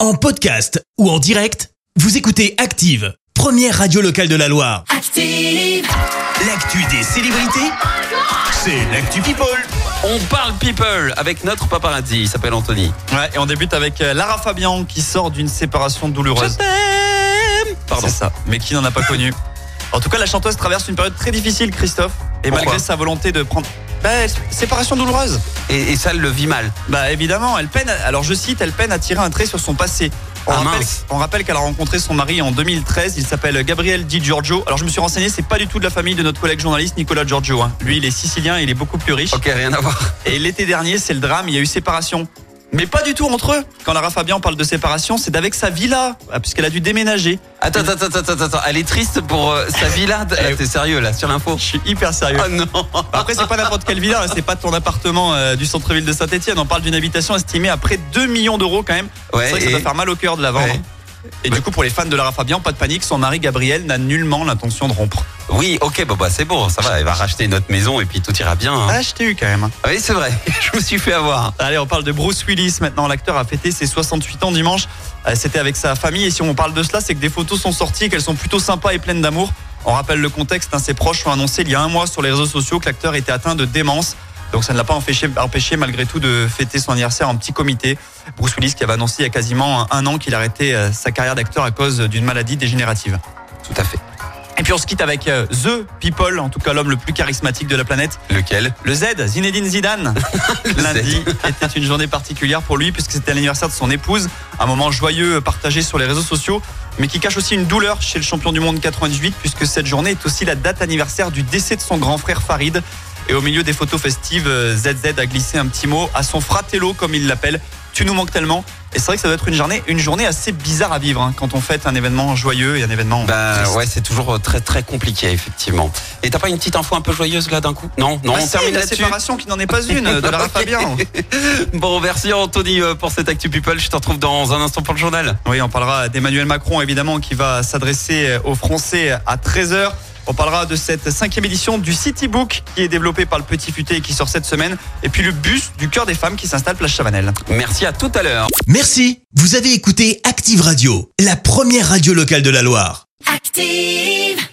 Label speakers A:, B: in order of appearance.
A: En podcast ou en direct, vous écoutez Active, première radio locale de la Loire.
B: Active,
A: L'actu des célébrités, c'est l'actu People.
C: On parle people avec notre paparazzi, il s'appelle Anthony.
D: Ouais, et on débute avec euh, Lara Fabian qui sort d'une séparation douloureuse.
C: Pardon.
D: C'est ça, mais qui n'en a pas connu. En tout cas, la chanteuse traverse une période très difficile, Christophe. Et
C: Pourquoi
D: malgré sa volonté de prendre. Bah, elle- séparation douloureuse.
C: Et, et ça, elle le vit mal.
D: Bah évidemment, elle peine. à- Alors je cite, elle peine à tirer un trait sur son passé. On
C: Ah,
D: rappelle,
C: mince.
D: on rappelle qu'elle a rencontré son mari en 2013. Il s'appelle Gabriel Di Giorgio. Alors je me suis renseigné, c'est pas du tout de la famille de notre collègue journaliste Nicolas Giorgio. hein. Lui, il est sicilien, et il est beaucoup plus riche.
C: Ok, rien à voir.
D: Et l'été dernier, c'est le drame, il y a eu séparation. Mais pas du tout entre eux. Quand Lara Fabian parle de séparation, c'est d'avec sa villa, ah, puisqu'elle a dû déménager.
C: Attends, attends, attends, attends, attends. Elle est triste pour euh, sa vie là. Là, T'es sérieux là, sur l'info
D: Je suis hyper sérieux.
C: Oh non
D: Après, c'est pas n'importe quelle villa, là, c'est pas ton appartement euh, du centre-ville de Saint-Etienne. On parle d'une habitation estimée à près de 2 millions d'euros quand même.
C: Ouais,
D: c'est vrai que
C: et-
D: ça doit faire mal au cœur de la vendre.
C: Ouais.
D: Et du coup, pour les fans de Lara Fabian, pas de panique, son mari Gabriel n'a nullement l'intention de rompre.
C: Oui, ok, bah, bah c'est bon, ça va, elle va racheter une autre maison et puis tout ira bien. hein.
D: Ah, je t'ai eu quand même.
C: Oui, c'est vrai, je me suis fait avoir.
D: Allez, on parle de Bruce Willis maintenant. L'acteur a fêté ses 68 ans dimanche. Euh, C'était avec sa famille. Et si on parle de cela, c'est que des photos sont sorties et qu'elles sont plutôt sympas et pleines d'amour. On rappelle le contexte. hein. ses proches ont annoncé il y a un mois sur les réseaux sociaux que l'acteur était atteint de démence. Donc ça ne l'a pas empêché, empêché malgré tout de fêter son anniversaire en petit comité. Bruce Willis qui avait annoncé il y a quasiment un an qu'il arrêtait euh, sa carrière d'acteur à cause d'une maladie dégénérative.
C: Tout à fait.
D: Et puis on se quitte avec euh, The People, en tout cas l'homme le plus charismatique de la planète.
C: Lequel
D: Le Z, Zinedine Zidane. Lundi était une journée particulière pour lui puisque c'était l'anniversaire de son épouse. Un moment joyeux euh, partagé sur les réseaux sociaux, mais qui cache aussi une douleur chez le champion du monde 98 puisque cette journée est aussi la date anniversaire du décès de son grand frère Farid. Et au milieu des photos festives, euh, ZZ a glissé un petit mot à son fratello comme il l'appelle. Tu nous manques tellement. Et c'est vrai que ça doit être une journée, une journée assez bizarre à vivre hein, quand on fête un événement joyeux et un événement.
C: Bah
D: triste.
C: ouais, c'est toujours euh, très très compliqué, effectivement. Et t'as pas une petite info un peu joyeuse là d'un coup Non, non,
D: Ah,
C: on
D: si,
C: termine
D: la
C: là-dessus.
D: séparation qui n'en est pas une, de la
C: Ok.
D: Fabien.
C: Bon, merci Anthony euh, pour cette Actu People. Je te retrouve dans un instant pour le journal.
D: Oui, on parlera d'Emmanuel Macron, évidemment, qui va s'adresser aux Français à 13h. On parlera de cette cinquième édition du Citybook qui est développée par le Petit Futé et qui sort cette semaine. Et puis le bus du cœur des femmes qui s'installe place Chavanel.
C: Merci à tout à l'heure.
A: Merci, vous avez écouté Active Radio, la première radio locale de la Loire.
B: active.